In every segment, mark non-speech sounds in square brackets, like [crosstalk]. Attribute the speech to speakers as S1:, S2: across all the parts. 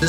S1: 时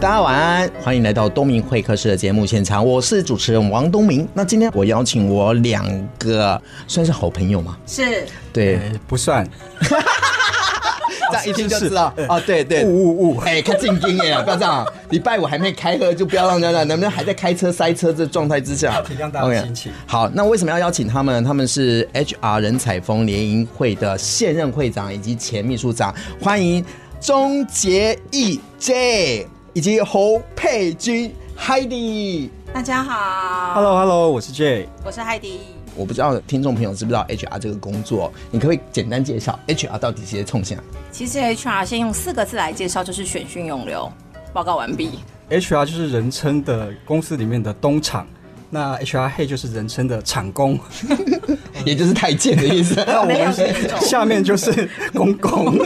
S2: 大家晚安，欢迎来到东明会客室的节目现场，我是主持人王东明。那今天我邀请我两个算是好朋友嘛？
S3: 是
S2: 对，
S4: 哎不算，
S3: 啊
S2: 这样一听就知道哦。对对，
S4: 呜呜呜，
S2: 哎，看正经耶，不要这样。啊礼拜五还没开喝，就不要让人家能不能还在开车塞车这状态之下，
S4: 体谅大家的
S2: OK
S4: 心情
S2: 好，那为什么要邀请他们？他们是 HR 人采风联谊会的现任会长以及前秘书长，欢迎钟杰义 J 以及侯佩君 Heidi。
S3: 大家好
S4: Hello Hello，我是 J。
S3: 我是海迪。
S2: 我不知道听众朋友知不知道 HR 这个工作，你可不可以简单介绍 HR 到底是些冲向？
S3: 其实 HR 先用四个字来介绍，就是选训用流。报告完毕。
S4: HR 就是人称的公司里面的东厂，那 HR Hey 就是人称的厂工，
S2: 也就是太监的意思。
S4: 那我
S3: [laughs] 没有
S4: 们
S3: 是一种
S4: 下
S2: [laughs]
S4: 面就是公公。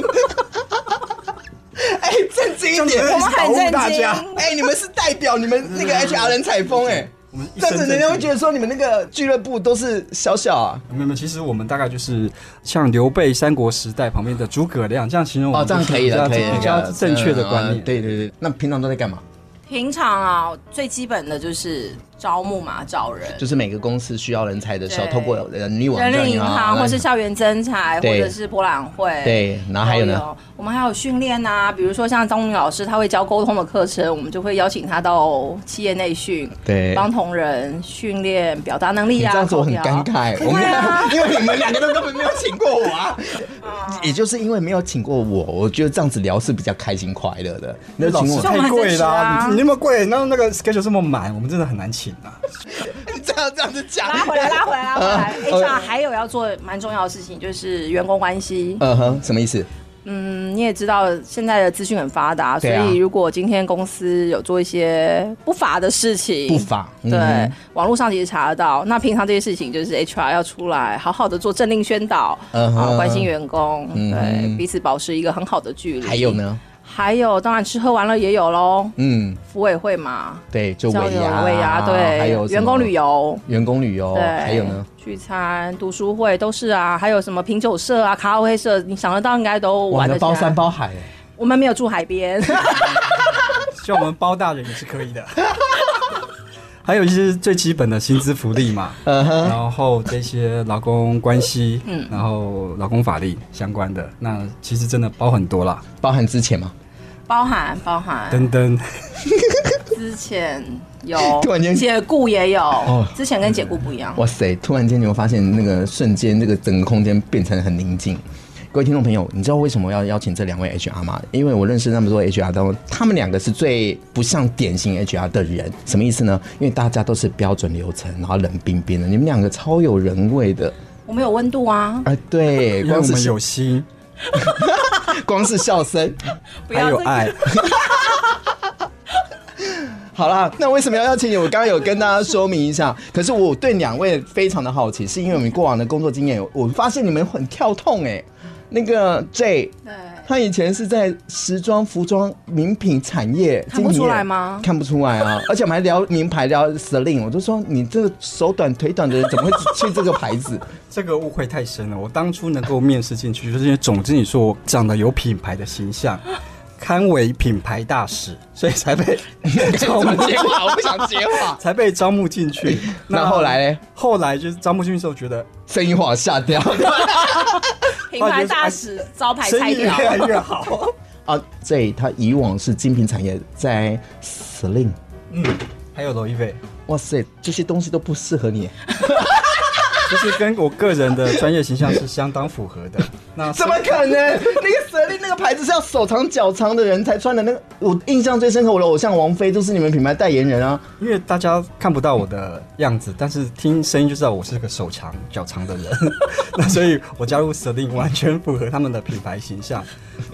S2: 哎，正经一点，
S3: 我们很震
S4: 大
S3: 惊
S4: 家，
S2: 哎、你们是代表你们那个 HR 人采风哎、
S4: 我们一
S2: 这
S4: 身
S2: 样子人家会觉得说你们那个俱乐部都是小小啊。
S4: 没有，没有，其实我们大概就是像刘备三国时代旁边的诸葛亮这样形容
S2: 哦，
S4: 我们
S2: 这样
S4: 就是
S2: 可以了，
S4: 比
S2: 可以
S4: 较
S2: 了，
S4: 啊比较正确的观
S2: 嗯
S4: 念。
S2: 对对对，那平常都在干嘛？
S3: 平常啊，最基本的就是招募嘛，招人，
S2: 就是每个公司需要人才的时候，
S3: 对
S2: 透过人力网站
S3: 人
S2: 啊
S3: 力银行，或是校园征才，或
S2: 对
S3: 者是博览会，
S2: 对然后还有呢
S3: 都有？我们还有训练啊，比如说像张明老师，他会教沟通的课程，我们就会邀请他到企业内训，
S2: 对
S3: 帮同仁训练表达能
S2: 哎你
S3: 力啊，
S2: 这样子我很
S3: 口条
S2: 尴尬、欸，我
S3: 会
S2: 没有
S3: 啊，
S2: 因为你们 [laughs] 两个都根本没有请过我 [laughs] 啊，也就是因为没有请过我，我觉得这样子聊是比较开心快乐的。那
S4: 老
S2: 请
S4: 师
S2: 我
S3: 像
S4: 太贵了啊，
S3: 我们还在吃啊
S4: 你你那么贵，然后那个 schedule 这么满，我们真的很难请啊。
S2: 这样这样子讲，
S3: 拉回来，拉回来，拉回来。
S2: 呃
S3: HR 还有要做蛮重要的事情，就是员工关系。
S2: [laughs] 嗯哼，什么意思？
S3: 嗯，你也知道现在的资讯很发达，所
S2: 对啊
S3: 以如果今天公司有做一些不法的事情，
S2: 不法嗯
S3: 对，网络上其实查得到。那平常这些事情就是 HR 要出来好好的做政令宣导，
S2: 嗯哼
S3: 啊，关心员工，
S2: 嗯哼
S3: 对，彼此保持一个很好的距离。
S2: 还有？呢？
S3: 还有，当然吃喝玩乐也有喽，
S2: 嗯，
S3: 服委会嘛，
S2: 对，就
S3: 交
S2: 尾
S3: 流
S2: 牙，啊
S3: 尾牙，对，
S2: 还有什么
S3: 员工旅、游。
S2: 员工旅游，
S3: 对，
S2: 哦还有呢？，
S3: 聚餐、读书会都是啊，还有什么品酒社啊、卡拉 OK 社，你想得到应该都
S2: 哇，
S3: 玩
S2: 你们
S3: 得起来
S2: 包山，包海欸，
S3: 我们没有住
S2: [laughs]
S3: 海边，
S4: 叫我们包大人也是可以的。 [laughs] 还有一些最基本的薪资福利嘛，
S2: 嗯哼，
S4: 然后这些劳工关系，
S3: 嗯
S4: 然后劳工法律相关的，那其实真的包很多啦。
S2: 包含之前吗？，
S3: 包含包含
S4: 噔噔，
S3: 之前有
S2: [laughs] 突然间哦
S3: 解雇也有，之前跟解雇不一样，
S2: 哇塞！突然间你会发现，那个瞬间，这个整个空间变成很宁静。各位听众朋友，你知道为什么要邀请这两位 HR 吗？因为我认识那么多 HR 当中，他们两个是最不像典型 HR 的人。什么意思呢？因为大家都是标准流程，然后冷冰冰的，你们两个超有人味的。
S3: 我们有温度啊，
S2: 啊，
S4: [laughs]
S2: 对，
S4: 因为
S2: 光
S4: 我们
S2: 是
S4: 有心，
S2: 光是笑声。
S3: 不
S4: 还
S3: 要
S4: 有
S3: 这个
S4: 爱，
S2: 好啦，那为什么要邀请你？我刚刚有跟大家说明一下。可是我对两位非常的好奇，是因为我们过往的工作经验，我发现你们很跳痛哎、那个 J，
S3: 对
S2: 他以前是在时装、服装、名品产业，
S3: 看
S2: 经
S3: 不
S2: 理
S3: 出来吗
S2: 看不出来啊！ [laughs] 而且我们还聊名牌，聊 Celine，我就说你这个手短腿短的人怎么会去这个牌子？
S4: [laughs] 这个误会太深了。我当初能够面试进去，就是因为总经理说我长得有品牌的
S2: [laughs]
S4: 形象，堪为品牌大使，所以才被招募，
S2: 接话， [laughs] 我不想接话。
S4: 才被招募进去。
S2: [laughs] 那后来呢？
S4: 后来就是招募进去之后，觉得
S2: 声音往下掉 [laughs]
S3: 品牌大使招牌
S4: 生
S3: 拆
S4: 意越
S3: 掉，
S4: 来越好。
S2: 啊！J 他以往是精品产业，在 Celine。
S4: 嗯， [laughs] 还有罗一菲，
S2: 哇塞，这些东西都不适合你。
S4: 就是跟我个人的专业形象是相当符合的。 [laughs]
S2: [laughs]
S4: 那
S2: 怎么可能？ [laughs] 那个舍利那个牌子是要手长脚长的人才穿的。那个我印象最深刻，我的偶像王菲就是你们品牌代言人啊。
S4: 因为大家看不到我的样子，但是听声音就知道我是个手长脚长的人， [laughs] 那所以我加入 Celine 完全符合他们的品牌形象。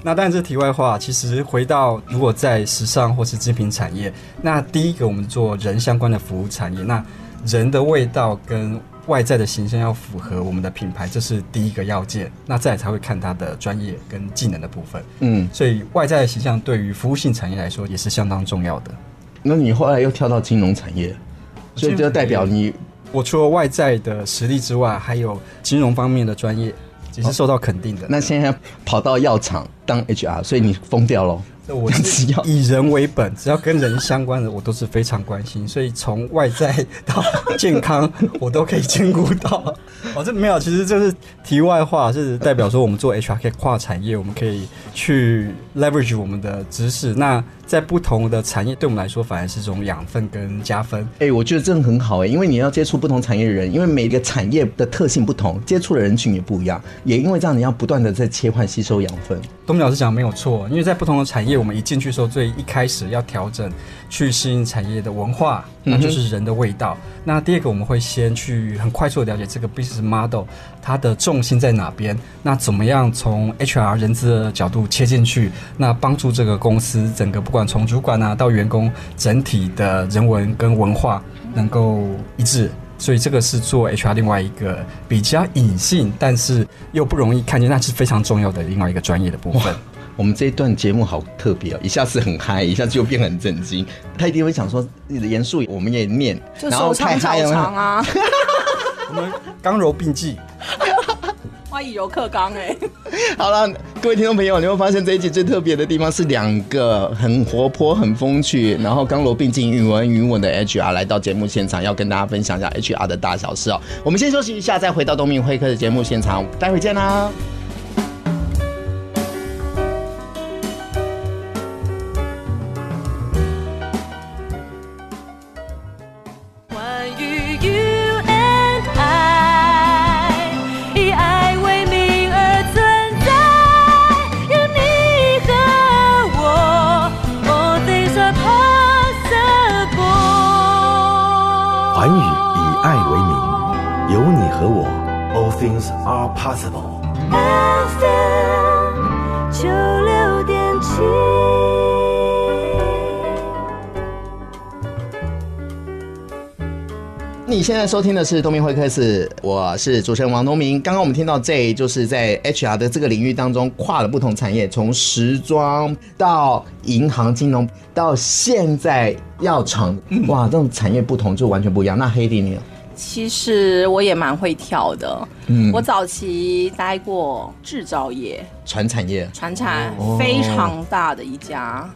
S4: 那但是题外话，其实回到如果在时尚或是精品产业，那第一个我们做人相关的服务产业，那人的味道跟外在的形象要符合我们的品牌，这是第一个要件。那再来才会看他的专业跟技能的部分。
S2: 嗯，
S4: 所以外在的形象对于服务性产业来说也是相当重要的。
S2: 那你后来又跳到金融产业，所以就代表你
S4: 我除了外在的实力之外，还有金融方面的专业也是受到肯定的。
S2: 那现在跑到药厂当 HR，所以你疯掉喽。
S4: 那我
S2: 只
S4: 是
S2: 要
S4: 以人为本，只要跟人相关的，我都是非常关心。所以从外在到健康，我都可以兼顾到。 [laughs] 哦，这没有，其实这是题外话，是代表说我们做 HR 可以跨产业，我们可以去 leverage 我们的知识。那在不同的产业，对我们来说反而是一种养分跟加分。 [laughs]
S2: 哎、我觉得这样很好哎、因为你要接触不同产业的人，因为每个产业的特性不同，接触的人群也不一样，也因为这样你要不断的在切换吸收养分。
S4: 东明老师讲得没有错，因为在不同的产业，我们一进去的时候，最一开始要调整去适应产业的文化，那就是人的味道。那第二个，我们会先去很快速的了解这个 business model 它的重心在哪边，那怎么样从 HR 人资的角度切进去，那帮助这个公司整个不管从主管啊到员工整体的人文跟文化能够一致。所以这个是做 HR 另外一个比较隐性，但是又不容易看见，那是非常重要的另外一个专业的部分。
S2: 我们这一段节目好特别哦，一下子很嗨，一下子又变很震惊。他一定会想说，你的严肃我们也念，
S3: 就
S2: 然后
S3: 手长
S2: 太
S3: 脚
S2: 嗨了
S3: 长。啊，
S4: 我们刚柔并济，
S3: 欢迎游客刚哎，
S2: [laughs] 好了，各位听众朋友，你会发现这一集最特别的地方是两个很活泼、很风趣，然后刚柔并进、语文语文的 HR 来到节目现场，要跟大家分享一下 HR 的大小事哦。我们先休息一下，再回到东明会客的节目现场，待会见啦。
S5: 关于 You and I，以爱为名而存在，有你和我，All things are possible。
S6: 环宇以爱为名，有你和我，All things are possible。
S5: FM 九六点七。
S2: 你现在收听的是东明会客室，我是主持人王东明。刚刚我们听到 J 就是在 HR 的这个领域当中跨了不同产业，从时装到银行金融，到现在药厂，
S3: 嗯
S2: 哇，这种产业不同就完全不一样。那黑弟
S3: [laughs]
S2: 你呢
S3: 其实我也蛮会跳的，
S2: 嗯
S3: 我早期待过制造业，
S2: 传产业，
S3: 船产
S2: 哦
S3: 非常大的一家，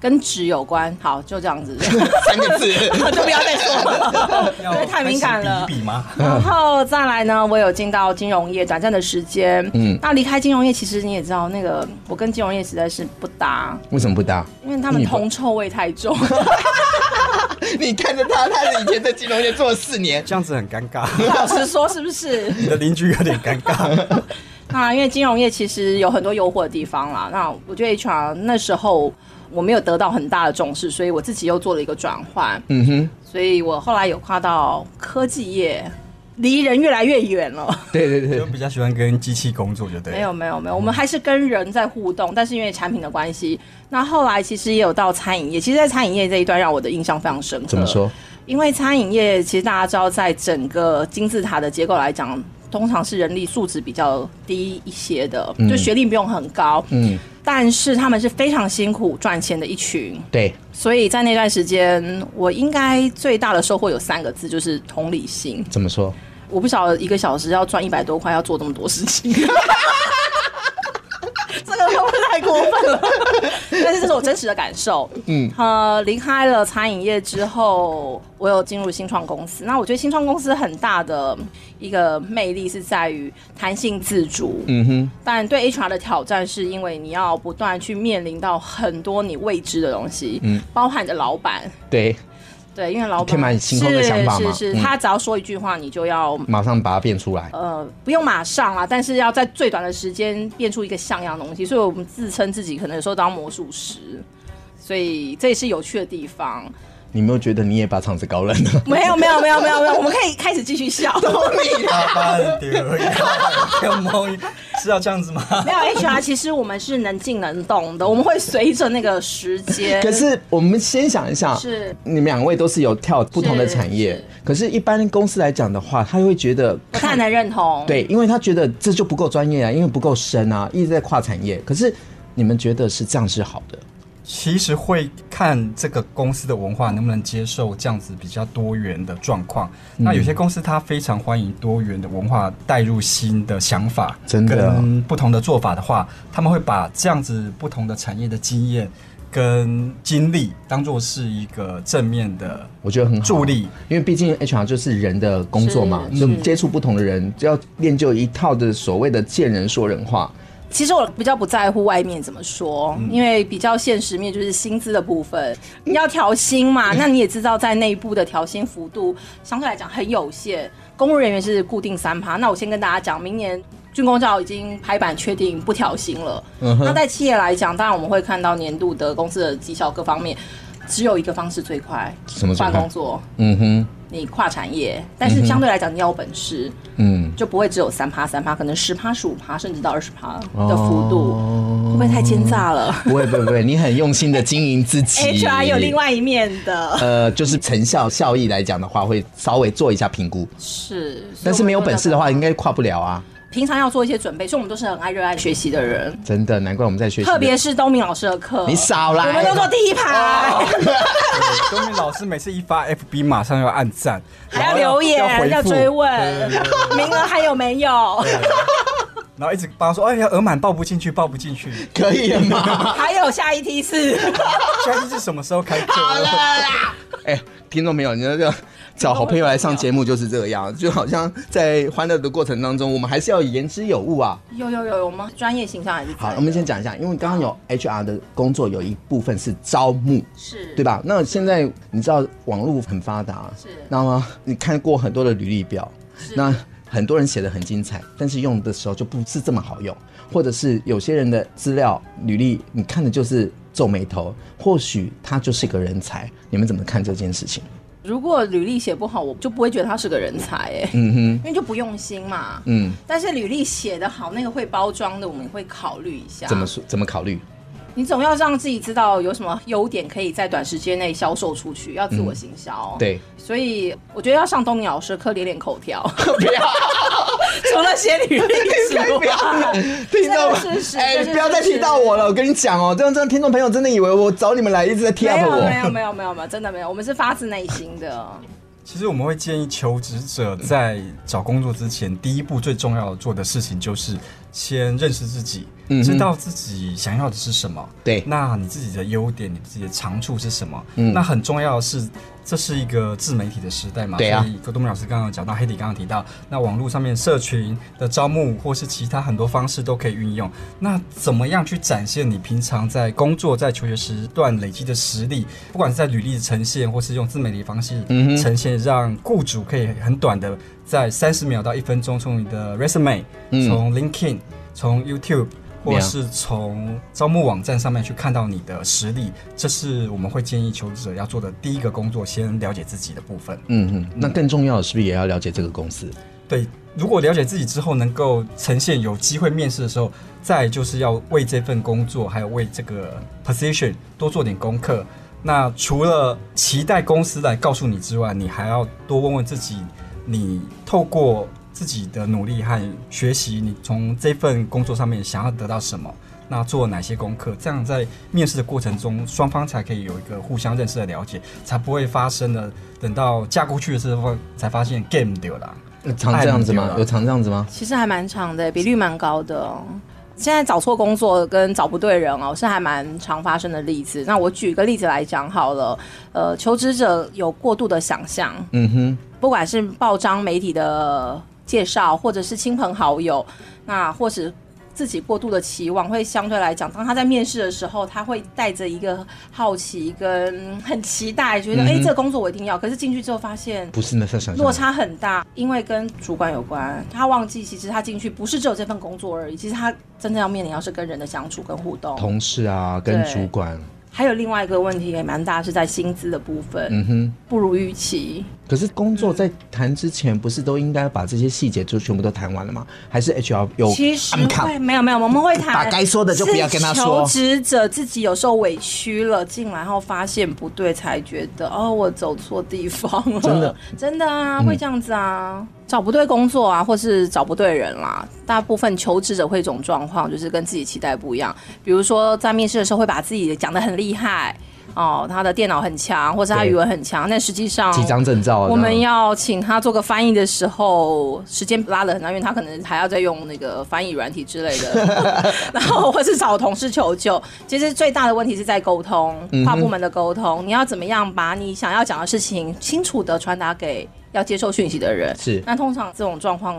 S3: 跟纸有关，好，就这样子。 [laughs]
S2: 三个字，
S3: 就不要再说了，因 [laughs] 为太敏感了。
S4: 比吗？
S3: [laughs] 然后再来呢，我有进到金融业短暂的时间，
S2: 嗯
S3: 嗯，那离开金融业，其实你也知道，那个我跟金融业实在是不搭，
S2: 为什么不搭？
S3: 因为他们
S2: 你不
S3: 铜臭味太重。 [laughs]
S2: [laughs] 你看着他，他以前在金融业做了四
S3: [laughs]
S2: 年，
S4: 这样子很尴 [laughs] 尬，
S3: 老实说，是
S2: [laughs]
S3: 不是？
S4: 你的邻居有点尴尬。
S3: 那因为金融业其实有很多诱惑的地方啦。那我觉得 HR 那时候我没有得到很大的重视，所以我自己又做了一个转换，
S2: 嗯哼，
S3: 所以我后来有跨到科技业，离人越来越远了。
S2: 对对对
S4: 就，比较喜欢跟机器工作，就对。
S3: 没有没有没有，我们还是跟人在互动，但是因为产品的关系，那后来其实也有到餐饮业。其实，在餐饮业这一段让我的印象非常深刻。
S2: 怎么说？？
S3: 因为餐饮业其实大家知道，在整个金字塔的结构来讲，通常是人力素质比较低一些的，就学历不用很高，
S2: 嗯，
S3: 但是他们是非常辛苦赚钱的一群。
S2: 对，
S3: 所以在那段时间，我应该最大的收获有三个字，就是同理心。
S2: 怎么说？
S3: 我不晓得一个小时要赚一百多块，要做这么多事情。 [laughs] 这个会不会太过分了？但是这是我真实的感受。嗯，呃，离开了餐饮业之后，我有进入新创公司。那我觉得新创公司很大的一个魅力是在于弹性自主。
S2: 嗯哼，
S3: 但对 HR 的挑战是因为你要不断去面临到很多你未知的东西，嗯，包含你的老板。
S2: 对，
S3: 对，因为老板
S2: 天马行空的
S3: 是
S2: 想法嘛
S3: 是是，
S2: 嗯
S3: 他只要说一句话，你就要
S2: 马上把它变出来。
S3: 呃，不用马上啦，但是要在最短的时间变出一个像样的东西，所以我们自称自己可能有时候当魔术师，所以这也是有趣的地方。
S2: 你有没有觉得你也把场子搞冷了？
S3: 没有，没有，没有，
S2: [laughs]
S4: [laughs]
S3: 没有，没有，我们可以开始继续笑。
S4: 大班丢，要梦是要这样子吗？
S3: 没有 HR，其实我们是能静能动的，我们会随着那个时间。
S2: 可是我们先想一下，
S3: 是
S2: 你们两位都是有跳不同的产业，
S3: 是是
S2: 可是，一般公司来讲的话，他会觉得
S3: 不太能认同。
S2: 对，因为他觉得这就不够专业啊，因为不够深啊，一直在跨产业。可是你们觉得是这样是好的？
S4: 其实会看这个公司的文化能不能接受这样子比较多元的状况。
S2: 嗯
S4: 那有些公司它非常欢迎多元的文化带入新的想法，
S2: 真的
S4: 跟不同的做法的话，他们会把这样子不同的产业的经验跟经历当做是一个正面的
S2: 我觉得很好，啊 [laughs]
S4: 助力。
S2: 因为毕竟 HR 就是人的工作嘛，
S3: 是
S2: 就是接触不同的人，就要练就一套的所谓的见人说人话。
S3: 其实我比较不在乎外面怎么说，
S2: 嗯
S3: 因为比较现实面就是薪资的部分，你要调薪
S2: 嗯
S3: 嘛，那你也知道在内部的调薪幅度相对来讲很有限，公务人员是固定三趴。那我先跟大家讲，明年。军工教已经拍板确定不调薪了。
S2: 嗯
S3: 那在企业来讲，当然我们会看到年度的公司的绩效各方面，只有一个方式最快，
S2: 什么最快
S3: 换工作，
S2: 嗯哼，
S3: 你跨产业，但是相对来讲你要有本事。
S2: 嗯，
S3: 就不会只有三趴三趴，可能十趴十五趴甚至到二十趴
S2: 哦
S3: 的幅度，会不会太奸诈 [laughs] 了
S2: 不会不会不会，你很用心的经营自己。
S3: ？HR 有另。外一面 [laughs] 的，
S2: 呃，就是成效效益来讲的话，会稍微做一下评估，
S3: 是，
S2: 但是没有本事的哦话，应
S3: 该
S2: 该跨不了啊！
S3: 平常要做一些准备，所以我们都是很爱热爱学习的人，
S2: 真的，难怪我们在学习的，
S3: 特别是东明老师的课，
S2: 你少来，
S3: 我们都坐第一排，
S4: 对东明老师每次一发 FB，马上要按赞，
S3: [laughs] 还要
S4: 然后
S3: 留言，
S4: 哦要
S3: 要
S4: 回复
S3: 追问，名额还有没有？
S4: 然后一直帮他说：“哎呀，额满报不进去，报不进
S3: [laughs]
S4: 去。
S2: 可以了吗？
S3: 还有下一梯次，
S4: 下次是什么时候开课？”
S2: [laughs] 哎、听众朋友，你那个找好朋友来上节目就是这样，就好像在欢乐的过程当中，我们还是要言之有物啊。
S3: 有有有，我们专业形象还是在的
S2: 好，我们先讲一下，因为刚刚有 HR 的工作有一部分是招募，
S3: 是
S2: 对吧？那现在你知道网络很发达，
S3: 是
S2: 那么你看过很多的履历表，那很多人写的很精彩，但是用的时候就不是这么好用，或者是有些人的资料履历，你看的就是皱眉头，或许他就是个人才，你们怎么看这件事情？
S3: 如果履历写不好，我就不会觉得他是个人才、哎，
S2: 嗯哼，
S3: 因为就不用心嘛，
S2: 嗯，
S3: 但是履历写得好，那个会包装的，我们会考虑一下。
S2: 怎么？说？怎么考虑？
S3: 你总要让自己知道有什么优点可以在短时间内销售出去，要自我行销、，
S2: 对，
S3: 所以我觉得要上东明老师的课练练口条。 [laughs] 不
S2: [laughs]
S3: 要，除了写履历之
S2: 不要
S3: 外，
S2: 听到吗
S3: 这是事实？
S2: 哎，
S3: 这是
S2: 不要再
S3: 事实
S2: 提到我了，我跟你讲哦，这样这样听众朋友真的以为我找你们来一直在
S3: 没
S2: tap
S3: 有没
S2: 我。
S3: 有没有没有没有，真的没有，我们是发自内心的。
S4: 其实我们会建议求职者在找工作之前，第一步最重要做的事情就是先认识自己，
S2: 嗯哼
S4: 知道自己想要的是什么。
S2: 对
S4: 那你自己的优点，你自己的长处是什么？
S2: 嗯
S4: 那很重要的是，这是一个自媒体的时代嘛。
S2: 对啊
S4: 所以葛东明老师刚刚有讲到，黑迪刚刚提到，那网络上面社群的招募或是其他很多方式都可以运用。那怎么样去展现你平常在工作、在求学时段累积的实力？不管是在履历的呈现，或是用自媒体的方式
S2: 嗯哼
S4: 呈现，让雇主可以很短的在三十秒到一分钟，从你的 resume，
S2: 嗯
S4: 从 LinkedIn，从 YouTube。
S2: 对
S4: 或
S2: 啊
S4: 是从招募网站上面去看到你的实力，这是我们会建议求职者要做的第一个工作，先了解自己的部分。
S2: 嗯嗯，那更重要的是不是也要了解这个公司？
S4: 对，如果了解自己之后能够呈现有机会面试的时候，再就是要为这份工作，还有为这个 position 多做点功课。那除了期待公司来告诉你之外，你还要多问问自己，你透过自己的努力和学习，你从这份工作上面想要得到什么？那做哪些功课？这样在面试的过程中，双方才可以有一个互相认识的了解，才不会发生了等到嫁过去的时候才发现 game 丢了。
S2: 常这样子
S4: 太
S2: 吗
S4: 难？了
S2: 有常这样子吗？
S3: 其实还蛮长的，比率蛮高的哦。现在找错工作跟找不对人哦，是还蛮常发生的例子。那我举个例子来讲好了，呃，求职者有过度的想象，
S2: 嗯哼，
S3: 不管是报章媒体的介绍，或者是亲朋好友，那或是自己过度的期望，会相对来讲，当他在面试的时候，他会带着一个好奇跟很期待，
S2: 嗯
S3: 觉得哎、诶这个工作我一定要。可是进去之后发现
S2: 不是那是想象
S3: 落差很大，因为跟主管有关。他忘记，其实他进去不是只有这份工作而已，其实他真正要面临要是跟人的相处跟互动。
S2: 同事啊，跟
S3: 对
S2: 主管，
S3: 还有另外一个问题也蛮大，是在薪资的部分，
S2: 嗯哼，
S3: 不如预期。
S2: 可是工作在谈之前，不是都应该把这些细节就全部都谈完了吗？还是 HR 有
S3: 其实
S2: I'm cut
S3: 会没有没有，我们会谈
S2: 把该说的就不要跟他说
S3: 是求职者自己有时候委屈了，进来后发现不对，才觉得哦，我走错地方了。
S2: 真的，嗯
S3: 真的啊，会这样子啊，找不对工作啊，或是找不对人啦。大部分求职者会有一种状况，就是跟自己期待不一样。比如说在面试的时候会把自己讲得很厉害。哦，他的电脑很强，或是他
S2: 对
S3: 语文很强，但实际上
S2: 几张证照啊？
S3: 我
S2: 这
S3: 们
S2: 样
S3: 要请他做个翻译的时候，时间拉得很长，因为他可能还要再用那个翻译软体之类
S2: [laughs]
S3: 的，然后或是找同事求救。其实最大的问题是在沟通，跨部门的沟通，你要怎么样把你想要讲的事情清楚的传达给要接受讯息的人？
S2: 是
S3: 那通常这种状况，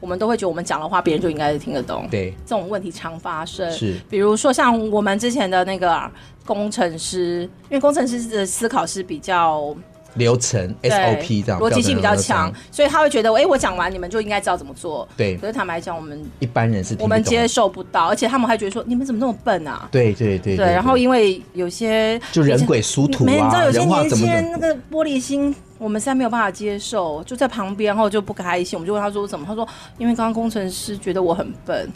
S3: 我们都会觉得我们讲的话，别人就应该听得懂。
S2: 对
S3: 这种问题常发生。
S2: 是
S3: 比如说像我们之前的那个啊工程师，因为工程师的思考是比较
S2: 流程
S3: 对
S2: SOP 这样
S3: 逻辑性比较
S2: 标准流程
S3: 强，所以他会觉得，哎、我讲完你们就应该知道怎么做。
S2: 对
S3: 可是坦白讲，我们
S2: 一般人是听
S3: 我
S2: 不懂
S3: 们
S2: 的
S3: 接受不到，而且他们还觉得说，你们怎么那么笨啊？
S2: 对对对
S3: 对，然后因为有些
S2: 就人鬼殊途啊
S3: 没你知道有些
S2: 人话
S3: 年
S2: 怎么
S3: 轻
S2: 的
S3: 人那个玻璃心，我们实在没有办法接受，就在旁边，然后就不开心，我们就问他说怎么，他说因为刚刚工程师觉得我很笨，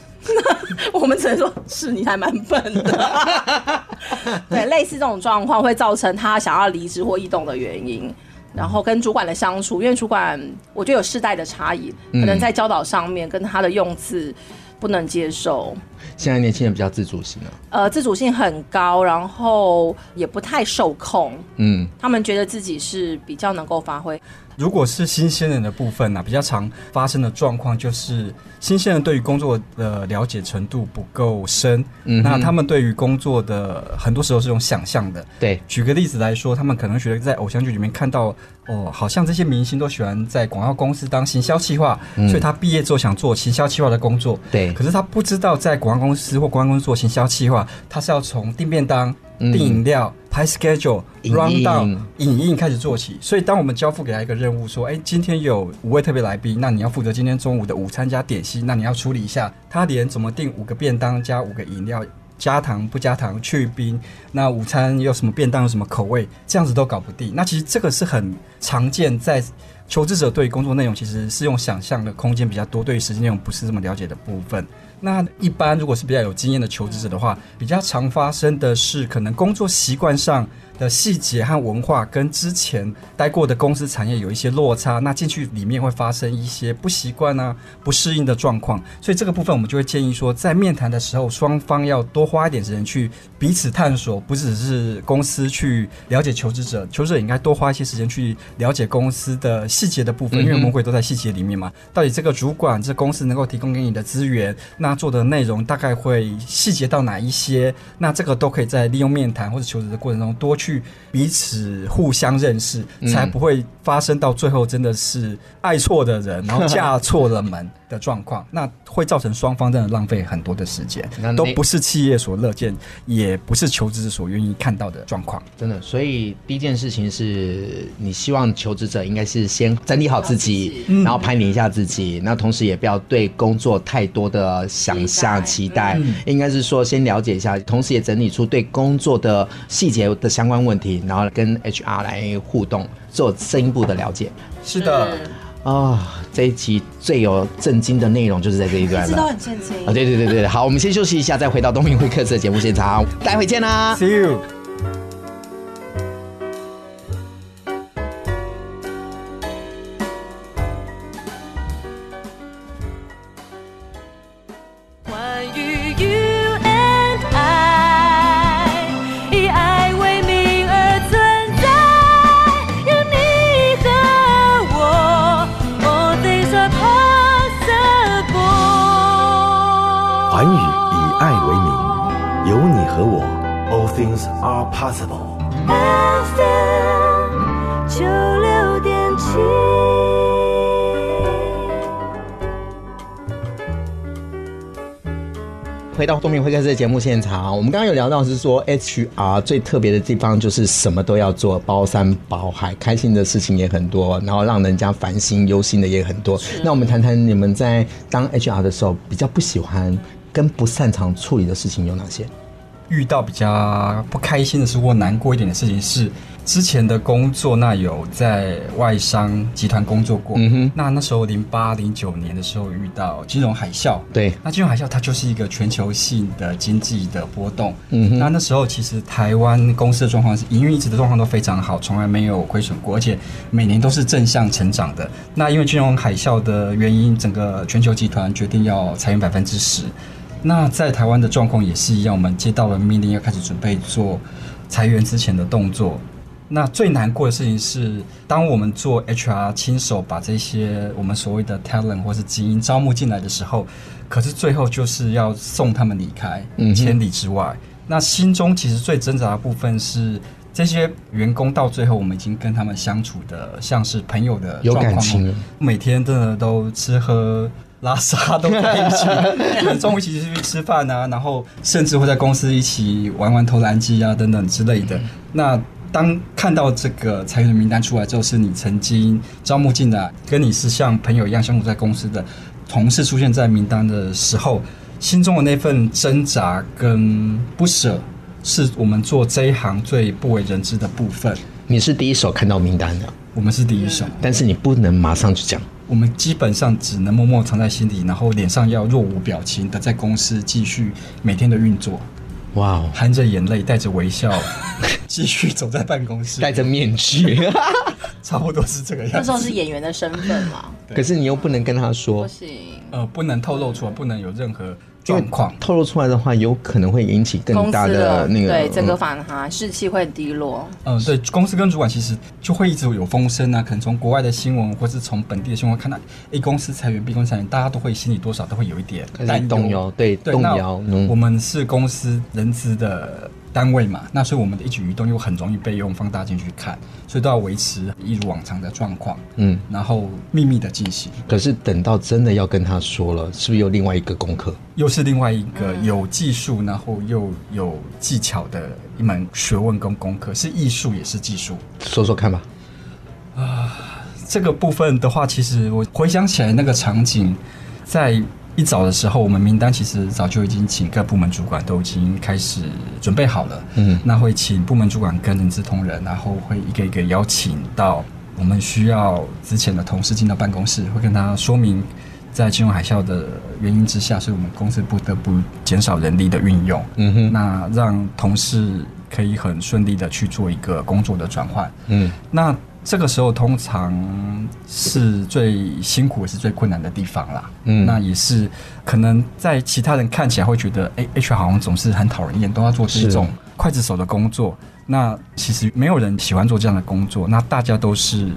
S3: 我们只能说是你还蛮笨的， [laughs] 对，类似这种状况会造成他想要离职或异动的原因。然后跟主管的相处，因为主管我觉得有世代的差异，可
S2: 嗯
S3: 能在教导上面跟他的用字不能接受，
S2: 现在年轻人比较自主啊性了、
S3: 呃，自主性很高，然后也不太受控。
S2: 嗯，
S3: 他们觉得自己是比较能够发挥，
S4: 如果是新鲜人的部分啊呢、比较常发生的状况就是新鲜人对于工作的了解程度不够深，
S2: 嗯哼
S4: 那他们对于工作的很多时候是用想象的。
S2: 对，
S4: 举个例子来说，他们可能觉得在偶像剧里面看到，哦，好像这些明星都喜欢在广告公司当行销企划，所以他毕业之后想做行销企划的工作。
S2: 嗯对
S4: 可是他不知道在广告公司或广告公司做行销企划，他是要从订便当、
S2: 嗯
S4: 订饮料、拍 schedule、
S2: 影
S4: round down
S2: 印、
S4: 影印开始做起。所以当我们交付给他一个任务，说，哎，今天有五位特别来宾，那你要负责今天中午的午餐加点心，那你要处理一下。他连怎么订五个便当加五个饮料。加糖不加糖，去冰，那午餐有什么便当，有什么口味，这样子都搞不定。那其实这个是很常见，在求职者对工作内容其实是用想象的空间比较多，对于实际内容不是这么了解的部分。那一般如果是比较有经验的求职者的话，比较常发生的是可能工作习惯上的细节和文化跟之前待过的公司产业有一些落差，那进去里面会发生一些不习惯啊、不适应的状况。所以这个部分我们就会建议说，在面谈的时候，双方要多花一点时间去彼此探索，不只是公司去了解求职者，求职者也应该多花一些时间去了解公司的细节的部分，因为魔鬼都在细节里面嘛。到底这个主管、这公司能够提供给你的资源，那做的内容大概会细节到哪一些？那这个都可以在利用面谈或者求职的过程中多去彼此互相认识，才不会发生到最后真的是爱错的人，然后嫁错了门的状况，那会造成双方真的浪费很多的时间
S2: 那，那
S4: 都不是企业所乐见，也不是求职者所愿意看到的状况。
S2: 真的。所以第一件事情是你希望求职者应该是先整理好自己，然后盘点一下自己，那同时也不要对工作太多的想象期
S3: 期
S2: 待，应该是说先了解一下，同时也整理出对工作的细节的相关问题，然后跟 HR 来互动，做深一步的了解。
S4: 是的，
S2: 啊、这一集最有震惊的内容就是在这一段
S3: 一直都
S2: 了。
S3: 很震惊。
S2: 啊，对对对对，好，我们先休息一下，再回到东明会客室的节目现场，待会见啦。
S4: ，See you。
S5: 关于 you and I，以爱为名而存在，有你和我，All things are possible。
S6: 环宇以爱为名，有你和我，All things are possible。
S5: FM 九六点七。
S2: 回到东明会客室的节目现场，我们刚刚有聊到是说 HR 最特别的地方就是什么都要做，包山包海，开心的事情也很多，然后让人家烦心忧心的也很多。那我们谈谈你们在当 HR 的时候比较不喜欢跟不擅长处理的事情有哪些？
S4: 遇到比较不开心的事或难过一点的事情是，之前的工作，那有在外商集团工作过。
S2: 嗯哼
S4: 那那时候零八零九年的时候遇到金融海啸，
S2: 对
S4: 那金融海啸它就是一个全球性的经济的波动。
S2: 嗯哼
S4: 那那时候其实台湾公司的状况是营运一直的状况都非常好，从来没有亏损过，而且每年都是正向成长的。那因为金融海啸的原因，整个全球集团决定要裁员百分之十。那在台湾的状况也是一样，我们接到了命令要开始准备做裁员之前的动作。那最难过的事情是，当我们做 HR 亲手把这些我们所谓的 talent 或是精英招募进来的时候，可是最后就是要送他们离开
S2: 嗯哼
S4: 千里之外。那心中其实最挣扎的部分是，这些员工到最后我们已经跟他们相处的像是朋友的
S2: 有
S4: 状况
S2: 感情了
S4: 每天真的都吃喝拉撒都在一起，可
S2: [laughs]
S4: 能中午一起出去吃饭啊，然后甚至会在公司一起玩玩投篮机啊等等之类
S2: 嗯
S4: 的。那当看到这个裁员的名单出来之后，是你曾经招募进来，跟你是像朋友一样相处在公司的同事出现在名单的时候，心中的那份挣扎跟不舍，是我们做这一行最不为人知的部分。
S2: 你是第一手看到名单的，
S4: 我们是第一手。
S2: 但是你不能马上就讲。
S4: 我们基本上只能默默藏在心里，然后脸上要若无表情的在公司继续每天的运作，
S2: 哇哦，
S4: 含着眼泪，带着微笑，继续走在办公室，
S2: 戴着面具，
S4: 差不多是这个样
S3: 那时
S4: 子。
S3: 候是演员的身份嘛，
S2: [laughs] 可是你又不能跟他说
S3: 不，行，
S4: 呃，不能透露出来，不能有任何
S2: 因为
S4: 状况。
S2: 透露出来的话，有可能会引起更
S3: 公
S2: 大
S3: 司
S2: 的那个
S3: 对整个
S2: 嗯
S3: 反哈士气会低落。
S4: 嗯，对，公司跟主管其实就会一直有风声啊，可能从国外的新闻或是从本地的新闻看到 A 公司裁员，B 公司裁员，大家都会心里多少都会有一点
S2: 开始
S4: 担忧
S2: 动摇对
S4: 对，
S2: 动
S4: 那
S2: 摇嗯
S4: 我们是公司人资的单位嘛，那所以我们的一举一动又很容易被用放大镜去看，所以都要维持一如往常的状况，
S2: 嗯。
S4: 然后秘密的进行，
S2: 可是等到真的要跟他说了，是不是有另外一个功课？
S4: 又是另外一个有技术，然后又有技巧的一门学问跟功课，是艺术也是技术。
S2: 说说看吧。
S4: 这个部分的话，其实我回想起来那个场景，在一早的时候，我们名单其实早就已经请各部门主管都已经开始准备好了。
S2: 嗯
S4: 那会请部门主管跟人资同仁，然后会一个一个邀请到我们需要之前的同事进到办公室，会跟他说明。在金融海啸的原因之下，所以我们公司不得不减少人力的运用。
S2: 嗯哼
S4: 那让同事可以很顺利的去做一个工作的转换。
S2: 嗯，
S4: 那这个时候通常是最辛苦也是最困难的地方啦。
S2: 嗯
S4: 那也是可能在其他人看起来会觉得，哎、h r 好像总是很讨人厌，都要做这种刽子手的工作。那其实没有人喜欢做这样的工作，那大家都是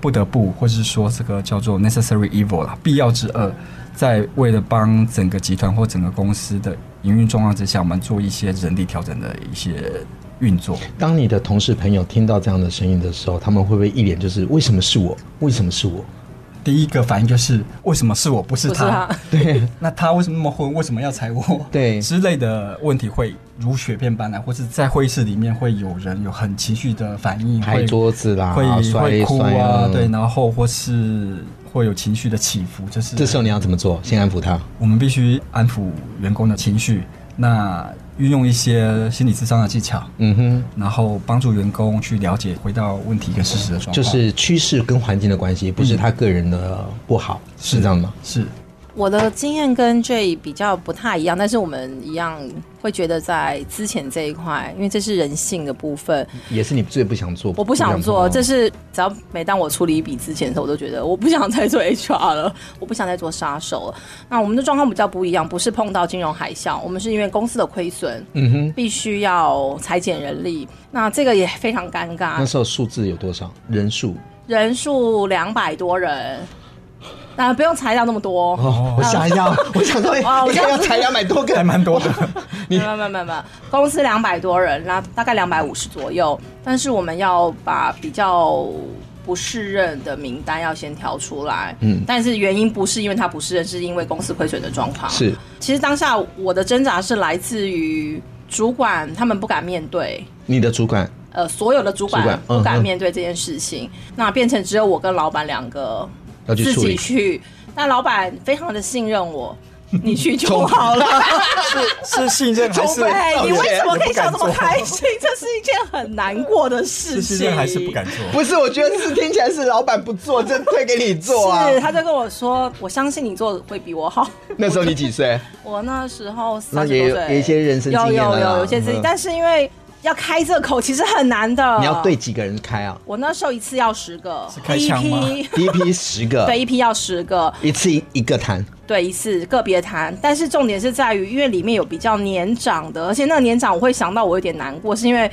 S4: 不得不，或是说这个叫做 necessary evil 啦，必要之恶，在为了帮整个集团或整个公司的营运状况之下，我们做一些人力调整的一些运作。
S2: 当你的同事朋友听到这样的声音的时候，他们会不会一脸就是为什么是我？为什么是我？
S4: 第一个反应就是为什么是我不是
S3: 不是
S4: 他？
S3: 他，
S4: [laughs] 那他为什么那么混？为什么要踩我？
S2: [laughs] 对
S4: 之类的问题会如雪片般来，或是在会议室里面会有人有很情绪的反应，
S2: 拍
S4: 会
S2: 桌子啦
S4: 会
S2: 摔
S4: 会哭
S2: 摔啊
S4: 啊，对，然后或是会有情绪的起伏，这
S2: [laughs]
S4: 是
S2: 这时候你要怎么做？先安抚他。
S4: 我们必须安抚员工的情绪，那运用一些心理智商的技巧，
S2: 嗯哼，
S4: 然后帮助员工去了解回到问题跟事实的状况，
S2: 就是趋势跟环境的关系，不是他个人的不好，是这样吗？
S4: 是
S3: 我的经验跟 J 比较不太一样，但是我们一样会觉得在之前这一块，因为这是人性的部分，
S2: 也是你最不想做，哦
S3: 我不想
S2: 碰
S3: 做。
S2: 的
S3: 这是只要每当我处理一笔之前的时候，我都觉得我不想再做 [laughs] HR 了，我不想再做杀手了。那我们的状况比较不一样，不是碰到金融海啸，我们是因为公司的亏损，
S2: 嗯哼，
S3: 必须要裁减人力，那这个也非常尴尬
S2: 那。时候数字有多少人数？
S3: 人数两百多人，那、不用裁掉那么多。
S2: 哦，我吓一
S4: [laughs]
S2: 跳，我想说，
S3: 哇我
S2: 一个要裁两百多个，
S4: 还蛮多的。
S3: 没有没有没有没有，公司两百多人，那大概两百五十左右。但是我们要把比较不适任的名单要先挑出来。嗯，但是原因不是因为他不适任，是因为公司亏损的状况。
S2: 是，
S3: 其实当下我的挣扎是来自于主管他们不敢面对。
S2: 你的主管
S3: 呃，所有的主
S2: 主管
S3: 管
S2: 嗯
S3: 不敢
S2: 嗯
S3: 面对这件事情，那变成只有我跟老板两个
S2: 要去
S3: 自
S2: 处理
S3: 己去。但老板非常的信任我，你去就好了。
S4: [laughs] 是信任还是
S3: 对，
S2: 哎
S3: 你为什么可以笑这么开
S4: 心？
S3: 心？ [laughs] 这是一件很难过的事
S4: 是信
S3: 情。
S4: 任还是不敢做？
S2: 不是，我觉得是听起来是老板不做，就推给你做啊。
S3: [laughs] 是，他就跟我说：“我相信你做的会比我好。”
S2: 那时候你几岁？
S3: 我那时候
S2: 那
S3: 三十
S2: 也
S3: 多
S2: 有
S3: 岁，
S2: 有一些人生
S3: 有
S2: 经验
S3: 有
S2: 了啦
S3: 有有一些事情，
S2: 嗯
S3: 但是因为要开这口其实很难的。
S2: 你要对几个人开啊？
S3: 我那时候一次要十个
S4: 是，开
S3: 第一
S4: 枪吗
S3: 批
S2: 第一批十个，
S3: 对，一批要十个，
S2: 一次一一个谈，
S3: 对，一次个别谈，但是重点是在于，因为里面有比较年长的，而且那个年长我会想到我有点难过，是因为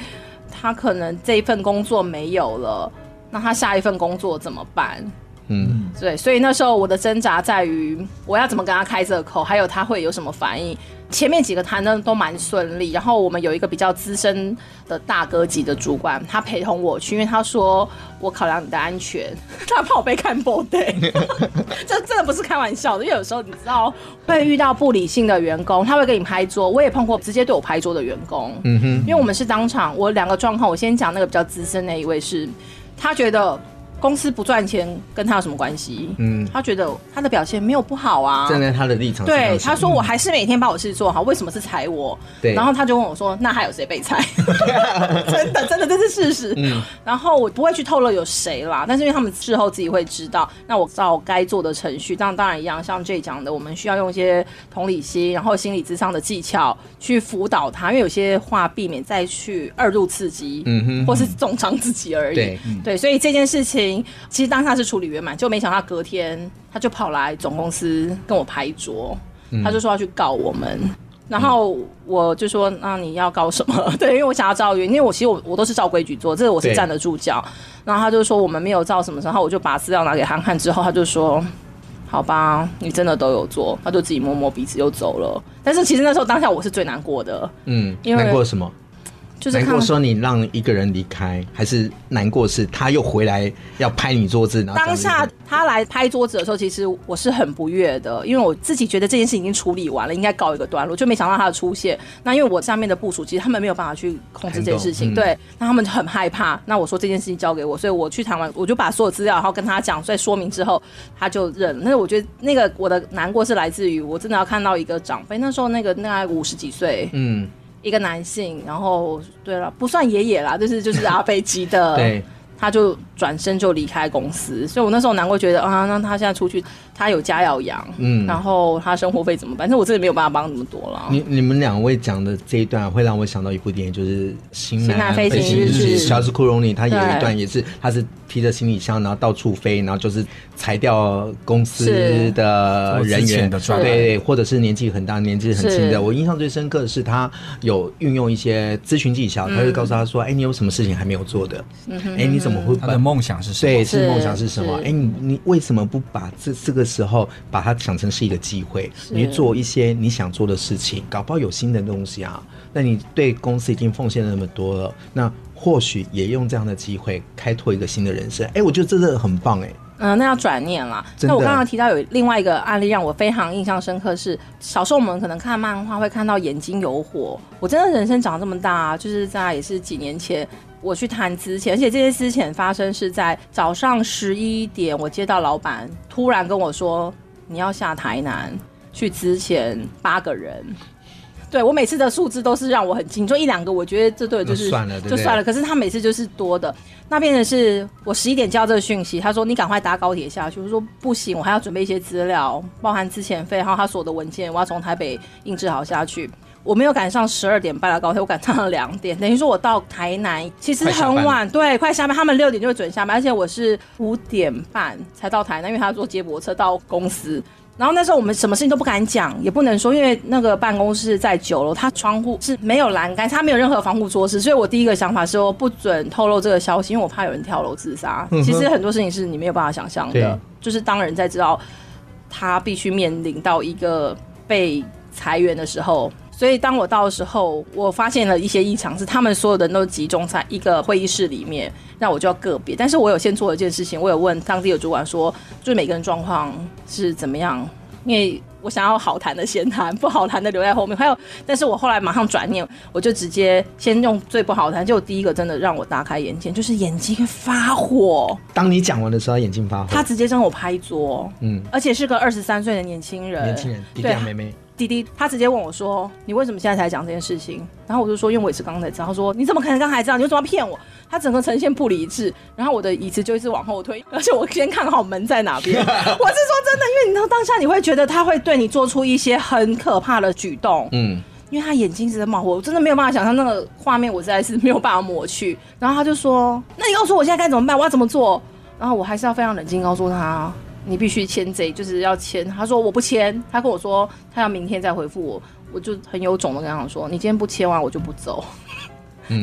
S3: 他可能这一份工作没有了，那他下一份工作怎么办？
S2: 嗯，
S3: 对，所以那时候我的挣扎在于我要怎么跟他开这个口，还有他会有什么反应。前面几个谈的都蛮顺利，然后我们有一个比较资深的大哥级的主管，他陪同我去，因为他说我考量你的安全，他怕我被看 b o d [laughs] 这真的不是开玩笑的，因为有时候你知道会遇到不理性的员工，他会给你拍桌，我也碰过直接对我拍桌的员工，嗯哼，因为我们是当场，我两个状况，我先讲那个比较资深那一位是，他觉得公司不赚钱跟他有什么关系，嗯，他觉得他的表现没有不好啊，
S2: 站在他的立场上
S3: 对，
S2: 想，
S3: 他说我还是每天把我事做好，为什么是裁我？
S2: 对
S3: 然后他就问我说：“那还有谁被裁？” [laughs] 真的，真的，这是事实。然后我不会去透露有谁啦，但是因为他们事后自己会知道。那我照该做的程序，当当然一样，像这讲的，我们需要用一些同理心，然后心理智商的技巧去辅导他，因为有些话避免再去二度刺激，嗯哼，或是重伤自己而已。
S2: 对
S3: 对，所以这件事情其实当下是处理圆满，就没想到隔天他就跑来总公司跟我拍桌，他就说要去告我们。然后我就说：“那你要告什么？” [laughs] 对，因为我想要照原因，因为我其实我我都是照规矩做，这个我是
S2: 对
S3: 站得住脚。然后他就说我们没有照什么，然后我就把资料拿给他看之后，他就说：“好吧，你真的都有做。”他就自己摸摸鼻子又走了。但是其实那时候当下我是最难过的，
S2: 嗯，
S3: 因为
S2: 难过什么？
S3: 就是
S2: 难
S3: 看
S2: 过说你让一个人离开，还是难过是他又回来要拍你桌子？然后
S3: 当
S2: 啊讲
S3: 下
S2: 你
S3: 他来拍桌子的时候，其实我是很不悦的，因为我自己觉得这件事已经处理完了，应该告一个段落，就没想到他的出现。那因为我下面的部署，其实他们没有办法去控制这件事情，
S2: 嗯
S3: 对，那他们很害怕。那我说这件事情交给我，所以我去谈完，我就把所有资料，然后跟他讲，所以说明之后，他就认。那我觉得那个我的难过是来自于我真的要看到一个长辈，那时候那个大概五十几岁，
S2: 嗯，
S3: 一个男性，然后对了，不算爷爷啦，就是就是阿贝级
S2: [laughs]
S3: 的，
S2: 对，
S3: 他就转身就离开公司，所以我那时候难过，觉得啊，那他现在出去，他有家要养，
S2: 嗯
S3: 嗯，然后他生活费怎么办？但是我真的没有办法帮那么多了。
S2: 你你们两位讲的这一段，会让我想到一部电影，就是《新
S3: 新
S2: 南
S3: 南飞行
S2: 行
S3: 日
S2: 志
S3: 志
S2: 乔治·库隆尼他有一
S3: 对
S2: 段也是，他是提着行李箱，然后到处飞，然后就是裁掉公司
S3: 是
S2: 的
S4: 做
S2: 人
S4: 之
S2: 员，
S4: 前的专案
S2: 对对，或者是年纪很大、年纪很轻
S3: 是
S2: 的。我印象最深刻的是，他有运用一些咨询技巧，他就告诉他说：“
S3: 嗯
S2: 哎，你有什么事情还没有做的？哎，你怎么会
S4: 他
S2: 把
S4: 的梦想是什
S2: 对，
S4: 么？
S2: 是
S3: 是
S2: 梦想是什么？
S3: 是
S2: 哎，你你为什么不把这这个时候把它想成是一个机会？你去
S3: 是
S2: 做一些你想做的事情，搞不好有新的东西啊。那你对公司已经奉献了那么多了，那或许也用这样的机会开拓一个新的人生。哎，我觉得这真的很棒哎。
S3: 嗯、那要转念啦。
S2: 真的
S3: 那我刚刚提到有另外一个案例让我非常印象深刻是，小时候我们可能看漫画会看到眼睛有火，我真的人生长这么大、啊就是在也是几年前。我去谈资遣，而且这些资遣发生是在早上十一点，我接到老板突然跟我说你要下台南去资遣八个人。对我每次的数字都是让我很惊，就一两个，我觉得这对我就是
S2: 那算了对不对
S3: 就算了。可是他每次就是多的，那变成是我十一点接到这个讯息，他说你赶快搭高铁下去，我说不行，我还要准备一些资料，包含之前费，还有他所有的文件，我要从台北印制好下去。我没有赶上十二点半的高铁，我赶上了两点，等于说我到台南其实很晚，对，快下班，他们六点就会准下班，而且我是五点半才到台南，因为他坐接驳车到公司。然后那时候我们什么事情都不敢讲，也不能说，因为那个办公室在九楼，它窗户是没有栏杆，它没有任何防护措施，所以我第一个想法是说不准透露这个消息，因为我怕有人跳楼自杀。其实很多事情是你没有办法想象
S2: 对
S3: 的，就是当人在知道他必须面临到一个被裁员的时候，所以当我到的时候，我发现了一些异常，是他们所有的人都集中在一个会议室里面，那我就要个别。但是我有先做一件事情，我有问当地的主管说，就是每个人状况是怎么样，因为。我想要好谈的先谈，不好谈的留在后面。还有，但是我后来马上转念，我就直接先用最不好谈，就第一个真的让我大开眼界，就是眼睛发火，
S7: 当你讲完的时候，他眼睛发
S3: 他
S7: 红。
S3: 直接跟我拍桌，
S7: 嗯
S3: 嗯，而且是个二十三岁的年轻人，
S7: 年轻人，迪迪
S3: 对
S7: 亚妹妹，
S3: 弟弟，他直接问我说：“你为什么现在才讲这件事情？”然后我就说：“因为我也是刚刚才知道。”他说：“你怎么可能刚才知道？你为什么要骗我？”他整个呈现不理智，然后我的椅子就一直往后推， [laughs] 而且我先看好门在哪
S7: [laughs]
S3: 边。我是说真的，因为你知道当下你会觉得他会对你做出一些很可怕的举动，
S2: 嗯，
S3: 因为他眼睛一直在冒火，我真的没有办法想象那个画面，我实在是没有办法抹去。然后他就说：“那你告诉我现在该怎么办？我要怎么做？”然后我还是要非常冷静告诉他：“你必须签这，就是要签。”他说：“我不签。”他跟我说他要明天再回复我，我就很有种的跟他讲说：“你今天不签完，我就不走。”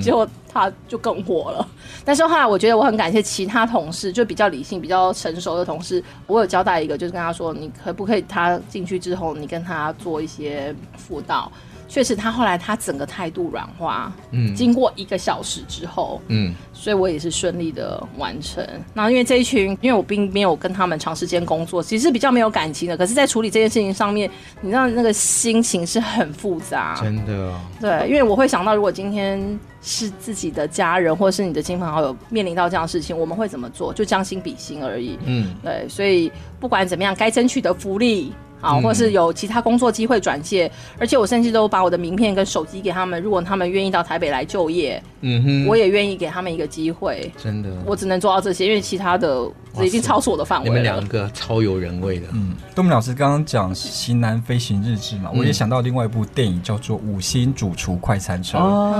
S3: 结果他就更火了。但是后来我觉得我很感谢其他同事，就比较理性、比较成熟的同事，我有交代一个，就是跟他说，你可不可以他进去之后，你跟他做一些辅导。确实，他后来他整个态度软化，嗯，经过一个小时之后，
S2: 嗯
S3: 嗯，所以我也是顺利的完成。那因为这一群，因为我并没有跟他们长时间工作，其实比较没有感情的，可是，在处理这件事情上面，你知道那个心情是很复杂，
S2: 啊
S7: 真的哦，
S3: 对，因为我会想到，如果今天是自己的家人或是你的亲朋好友面临到这样的事情，我们会怎么做？就将心比心而已。
S2: 嗯，
S3: 对，所以不管怎么样，该争取的福利。啊，
S2: 嗯
S3: 或是有其他工作机会转介，而且我甚至都把我的名片跟手机给他们，如果他们愿意到台北来就业，
S2: 嗯哼，
S3: 我也愿意给他们一个机会。
S2: 真的，
S3: 我只能做到这些，因为其他的这已经超出我的范围
S2: 你
S3: 了。
S2: 们两个超有人味的，
S4: 嗯，东明老师刚刚讲《型男飞行日志》嘛，我也想到另外一部电影叫做《五星主厨快餐车》。
S7: 哦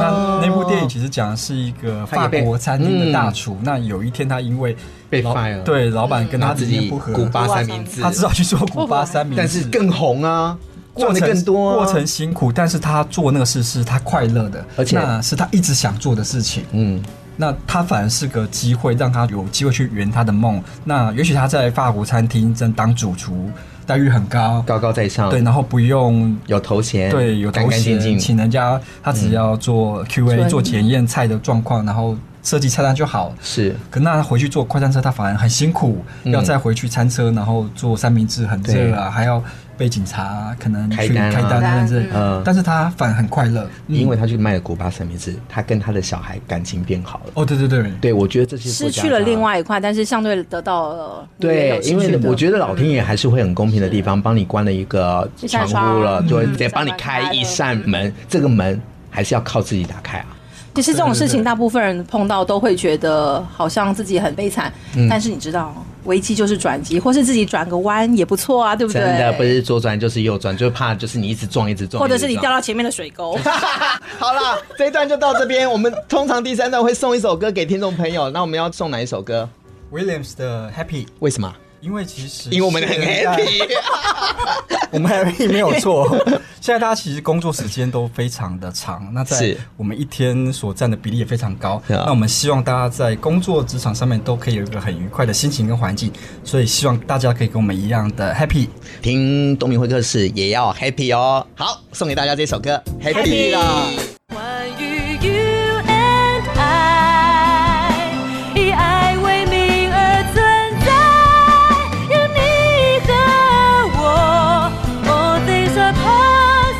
S4: 那那部电影其实讲的是一个
S2: 他
S4: 法
S2: 也被嗯
S4: 国餐厅的大厨，那有一天他因为
S2: 被
S4: 老
S2: fire 了
S4: 对老板跟
S2: 然
S4: 他
S2: 后自
S4: 理念
S2: 己
S4: 不合，
S2: 古巴三明治，
S4: 他知道去做古巴三明治，
S2: 但是更红啊，
S4: 过
S2: 赚的
S4: 程
S2: 更多、啊，
S4: 过程辛苦，但是他做那个事是他快乐的，
S2: 而且
S4: 那是他一直想做的事情。
S2: 嗯，
S4: 那他反而是个机会，让他有机会去圆他的梦。那也许他在法国餐厅真当主厨，待遇很高，
S2: 高高在上，
S4: 对，然后不用
S2: 有头衔，
S4: 对有
S2: 干
S4: 头
S2: 干净
S4: 衔，
S2: 净，嗯
S4: 请人家他只要做 QA、
S3: 专
S4: 做检验菜的状况，然后设计菜单就好。
S2: 是
S4: 可那他回去做快餐车，他反而很辛苦，
S2: 嗯
S4: 要再回去餐车，然后做三明治很热啊，还要被警察可能
S2: 开
S4: 去
S2: 单啊
S4: 开单啊这
S2: 嗯
S4: 但是他反而很快乐，
S2: 因为
S4: 嗯
S2: 他去卖了古巴三明治，他跟他的小孩感情变好了。
S4: 哦对对对，
S2: 对，我觉得这些
S3: 失去了另。外一块，但是相对得到了你也
S2: 对
S3: 有，
S2: 因
S3: 失
S2: 为
S3: 去的
S2: 我觉得老天爷还是会很公平的地方，帮你关了一个
S3: 一
S2: 窗
S3: 扇
S2: 户了，
S3: 嗯窗
S2: 就会
S3: 嗯
S2: 直接帮你开一扇门。这个门还是要靠自己打开啊。
S3: 其实这种事
S4: 对对
S3: 情，
S4: 对
S3: 大部分人碰到都会觉得好像自己很悲惨，
S2: 嗯
S3: 但是你知道，危机就是转机，或是自己转个弯也不错啊，对不对？
S2: 真的不是左转就是右转，就怕就是你一直撞一直撞，
S3: 或者是你
S2: 一直
S3: 掉
S2: 撞。
S3: 到前面的水沟。
S2: [laughs] 好啦，这一段就到这边。我们通常第三段会送一首歌给听众朋友，那我们要送哪一首歌？
S4: Williams 的 Happy，
S2: 为什么？
S4: 因为其实
S2: 因为我们很
S4: 现在
S2: happy。
S4: [laughs] 我们 happy 没有错。 [laughs] 现在大家其实工作时间都非常的长，那在
S2: 是
S4: 我们一天所占的比例也非常高。
S2: 对啊
S4: 那我们希望大家在工作职场上面都可以有一个很愉快的心情跟环境，所以希望大家可以跟我们一样的 happy。
S2: [laughs] 听东明会客室也要 happy 哦。好，送给大家这首歌 happy 啦。
S5: 关于 you and I，以爱为名而存在，有你和我，All things are possible。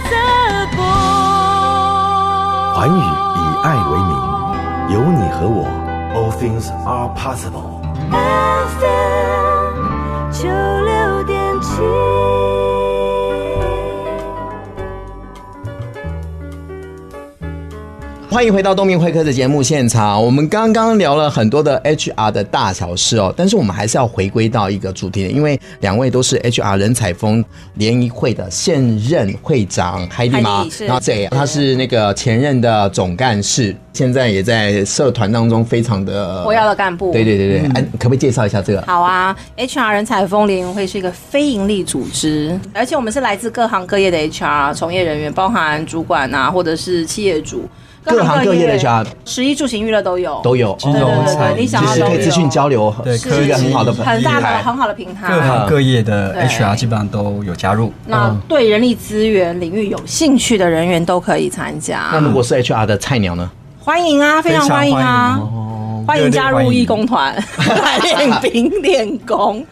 S6: 环宇以爱为名，有你和我，All things are possible。
S5: FM 九六点七。
S2: 欢迎回到东明会客的节目现场。我们刚刚聊了很多的 HR 的大小事哦，但是我们还是要回归到一个主题，因为两位都是 HR 人才峰联谊会的现任会长海蒂
S3: 海
S2: 嘛
S3: 蒂，是
S2: 然后这他是那个前任的总干事，现在也在社团当中非常的
S3: 活跃的干部
S2: 对对对
S4: 嗯
S2: 对，哎、可不可以介绍一下这个？
S3: 好啊，HR 人才风联谊会是一个非营利组织，而且我们是来自各行各业的 HR 从业人员，包含主管啊，或者是企业主，
S2: 各行各业的 HR
S3: 食衣住行娱乐都有，
S2: 都有，哦
S4: 金
S3: 对
S4: 融
S3: 对对
S4: 餐
S3: 对，
S4: 饮
S3: 你想
S2: 其
S3: 要
S2: 实
S3: 都
S2: 可以
S3: 有
S2: 资讯交流，
S4: 对
S2: 是
S4: 科
S2: 一
S4: 技
S2: 个很好的
S3: 很大的
S2: 平台
S3: 很好的平台，
S4: 各行各业的
S3: 对
S4: HR 基本上都有加入。
S2: 嗯
S4: 哦
S3: 那对人力资源领域有兴趣的人员都可以参
S2: 那
S3: 加，
S2: 如果是 HR 的菜鸟呢？哦
S3: 欢迎啊，非常欢迎啊！欢迎加入义工团来练兵练
S2: [laughs]
S3: 功。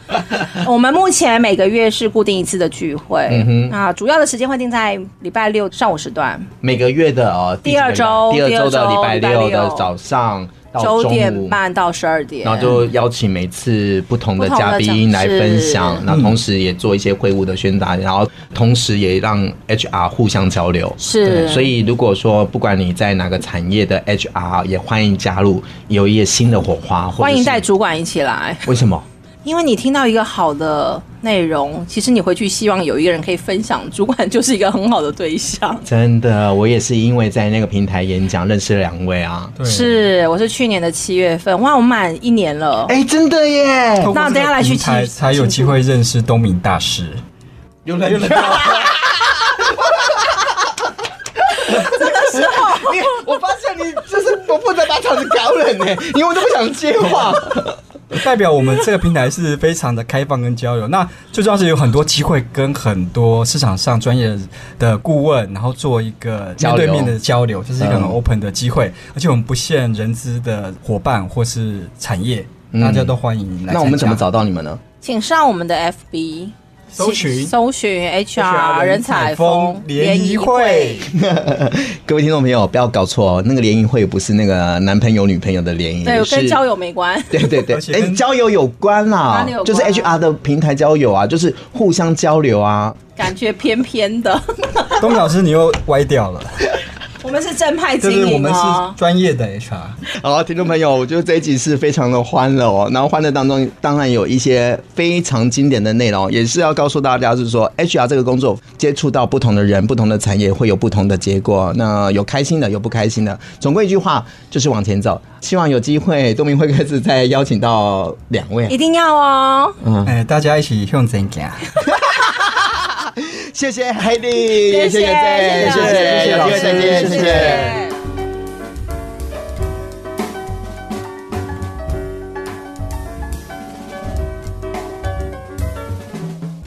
S3: 我们目前每个月是固定一次的聚会，
S2: 嗯
S3: 那主要的时间会定在礼拜六上午时段，
S2: 每个月的哦，
S3: 第二周
S2: 第二周的
S3: 第二周
S2: 礼拜
S3: 礼拜
S2: 六的
S3: 六
S2: 早上到中午
S3: 九点，半到十二点。
S2: 然后就邀请每次不同的
S3: 不同
S2: 嘉
S3: 的
S2: 宾来分
S3: 讲
S2: 享，
S3: 师
S2: 然后同时也做一些会务的宣达，然后同时也让 HR 互相交流。
S3: 是，
S2: 所以如果说不管你在哪个产业的 HR，也欢迎加入，有一些新的火花。或者
S3: 欢迎
S2: 是
S3: 带主管一起来，
S2: 为什么？
S3: 因为你听到一个好的内容，其实你回去希望有一个人可以分享，主管就是一个很好的对象。
S2: 真的，我也是因为在那个平台演讲认识了两位啊。
S4: 对，
S3: 是，我是去年的七月份，哇，我满一年了。
S2: 哎、真的耶！
S4: 透过
S3: 那
S4: 这
S3: 等一下
S4: 个
S3: 来去
S4: 平台
S3: 庆祝
S4: 才有机会认识东明大师。
S2: 有人有人到。
S3: 哦
S2: 你我发现你就是不负责把场子搞冷呢、因为我都不想接话。
S4: 代表我们这个平台是非常的开放跟交流。 [laughs] 那最重要是有很多机会跟很多市场上专业的顾问，然后做一个面对面的交流，这是一个很
S2: 嗯
S4: open 的机会。而且我们不限人资的伙伴或是产业，
S2: 嗯
S4: 大家都欢迎
S2: [laughs]
S4: 来。
S2: 那我们怎么？找到你们呢？
S3: 请上我们的 FB
S4: 搜寻
S3: 搜寻 HR 人
S4: 人
S3: 才
S4: 采
S3: 风
S4: 风联谊会，
S2: [laughs]
S3: [laughs]
S2: 各位听众朋友，不要搞错哦，那个联谊会不是那个男朋友女朋友的联谊，
S3: 对，
S2: 是
S3: 跟交友没关。
S2: [laughs] 对对对
S4: 而，且
S2: 哎、
S4: 跟
S2: 交友有关
S3: 哪
S2: 啦
S3: 里有，关啊
S2: 就是 HR 的平台交友啊，就是互相交流啊。
S3: 感觉偏偏的。
S4: 东明老师，你又歪掉了，
S3: 我们是正派
S4: 就
S3: 经
S4: 是我
S3: 营
S4: 们
S3: 哦
S4: 是。专业的 HR。
S2: 好，听众朋友，我觉得这一集是非常的欢乐哦。然后欢乐当中，当然有一些非常经典的内容，也是要告诉大家，是说 HR 这个工作接触到不同的人、不同的产业，会有不同的结果。那有开心的，有不开心的。总归一句话，就是往前走。希望有机会，东明会开始再邀请到两位
S3: 一。定要哦！
S2: 嗯
S4: 哎、大家一起向前行。
S2: 谢谢海蒂，也谢元
S3: 谢
S2: 正，谢谢，有
S3: 老
S2: 机
S3: 师
S2: 会再见，谢谢。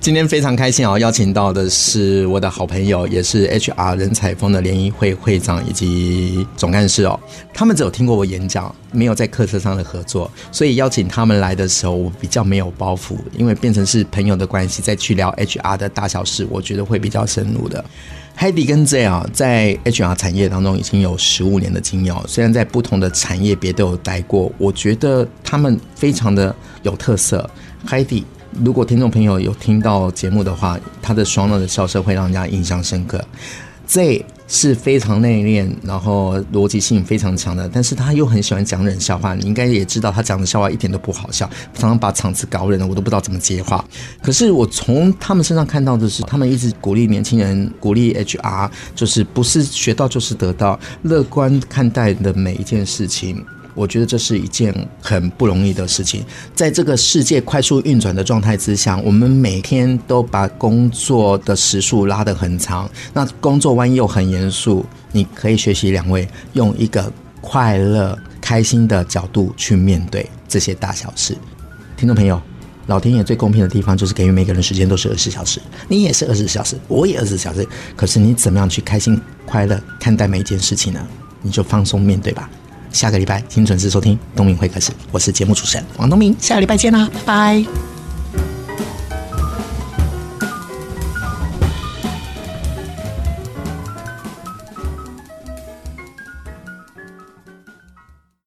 S2: 今天非常开心哦，邀请到的是我的好朋友，也是 HR 人才风的联谊会会长以及总干事哦。他们只有听过我演讲，没有在课程上的合作，所以邀请他们来的时候，我比较没有包袱，因为变成是朋友的关系，再去聊 HR 的大小事，我觉得会比较深入的。Heidi 跟 J 啊，在 HR 产业当中已经有十五年的经验哦，虽然在不同的产业别都有待过，我觉得他们非常的有特色。Heidi，如果听众朋友有听到节目的话，他的爽朗的笑声会让人家印象深刻。Z 是非常内敛，然后逻辑性非常强的，但是他又很喜欢讲冷笑话。你应该也知道，他讲的笑话一点都不好笑，常常把场子搞冷了，我都不知道怎么接话。可是我从他们身上看到的是，他们一直鼓励年轻人，鼓励 HR，就是不是学到就是得到，乐观看待的每一件事情。我觉得这是一件很不容易的事情。在这个世界快速运转的状态之下，我们每天都把工作的时数拉得很长，那工作万一又很严肃，你可以学习两位用一个快乐、开心的角度去面对这些大小事。听众朋友，老天爷最公平的地方就是给予每个人时间都是二十小时，你也是二十小时，我也二十小时。可是你怎么样去开心快乐看待每一件事情呢？你就放松面对吧。下个礼拜请准时收听东明会客室，我是节目主持人王东明，下个礼拜见啦，拜拜。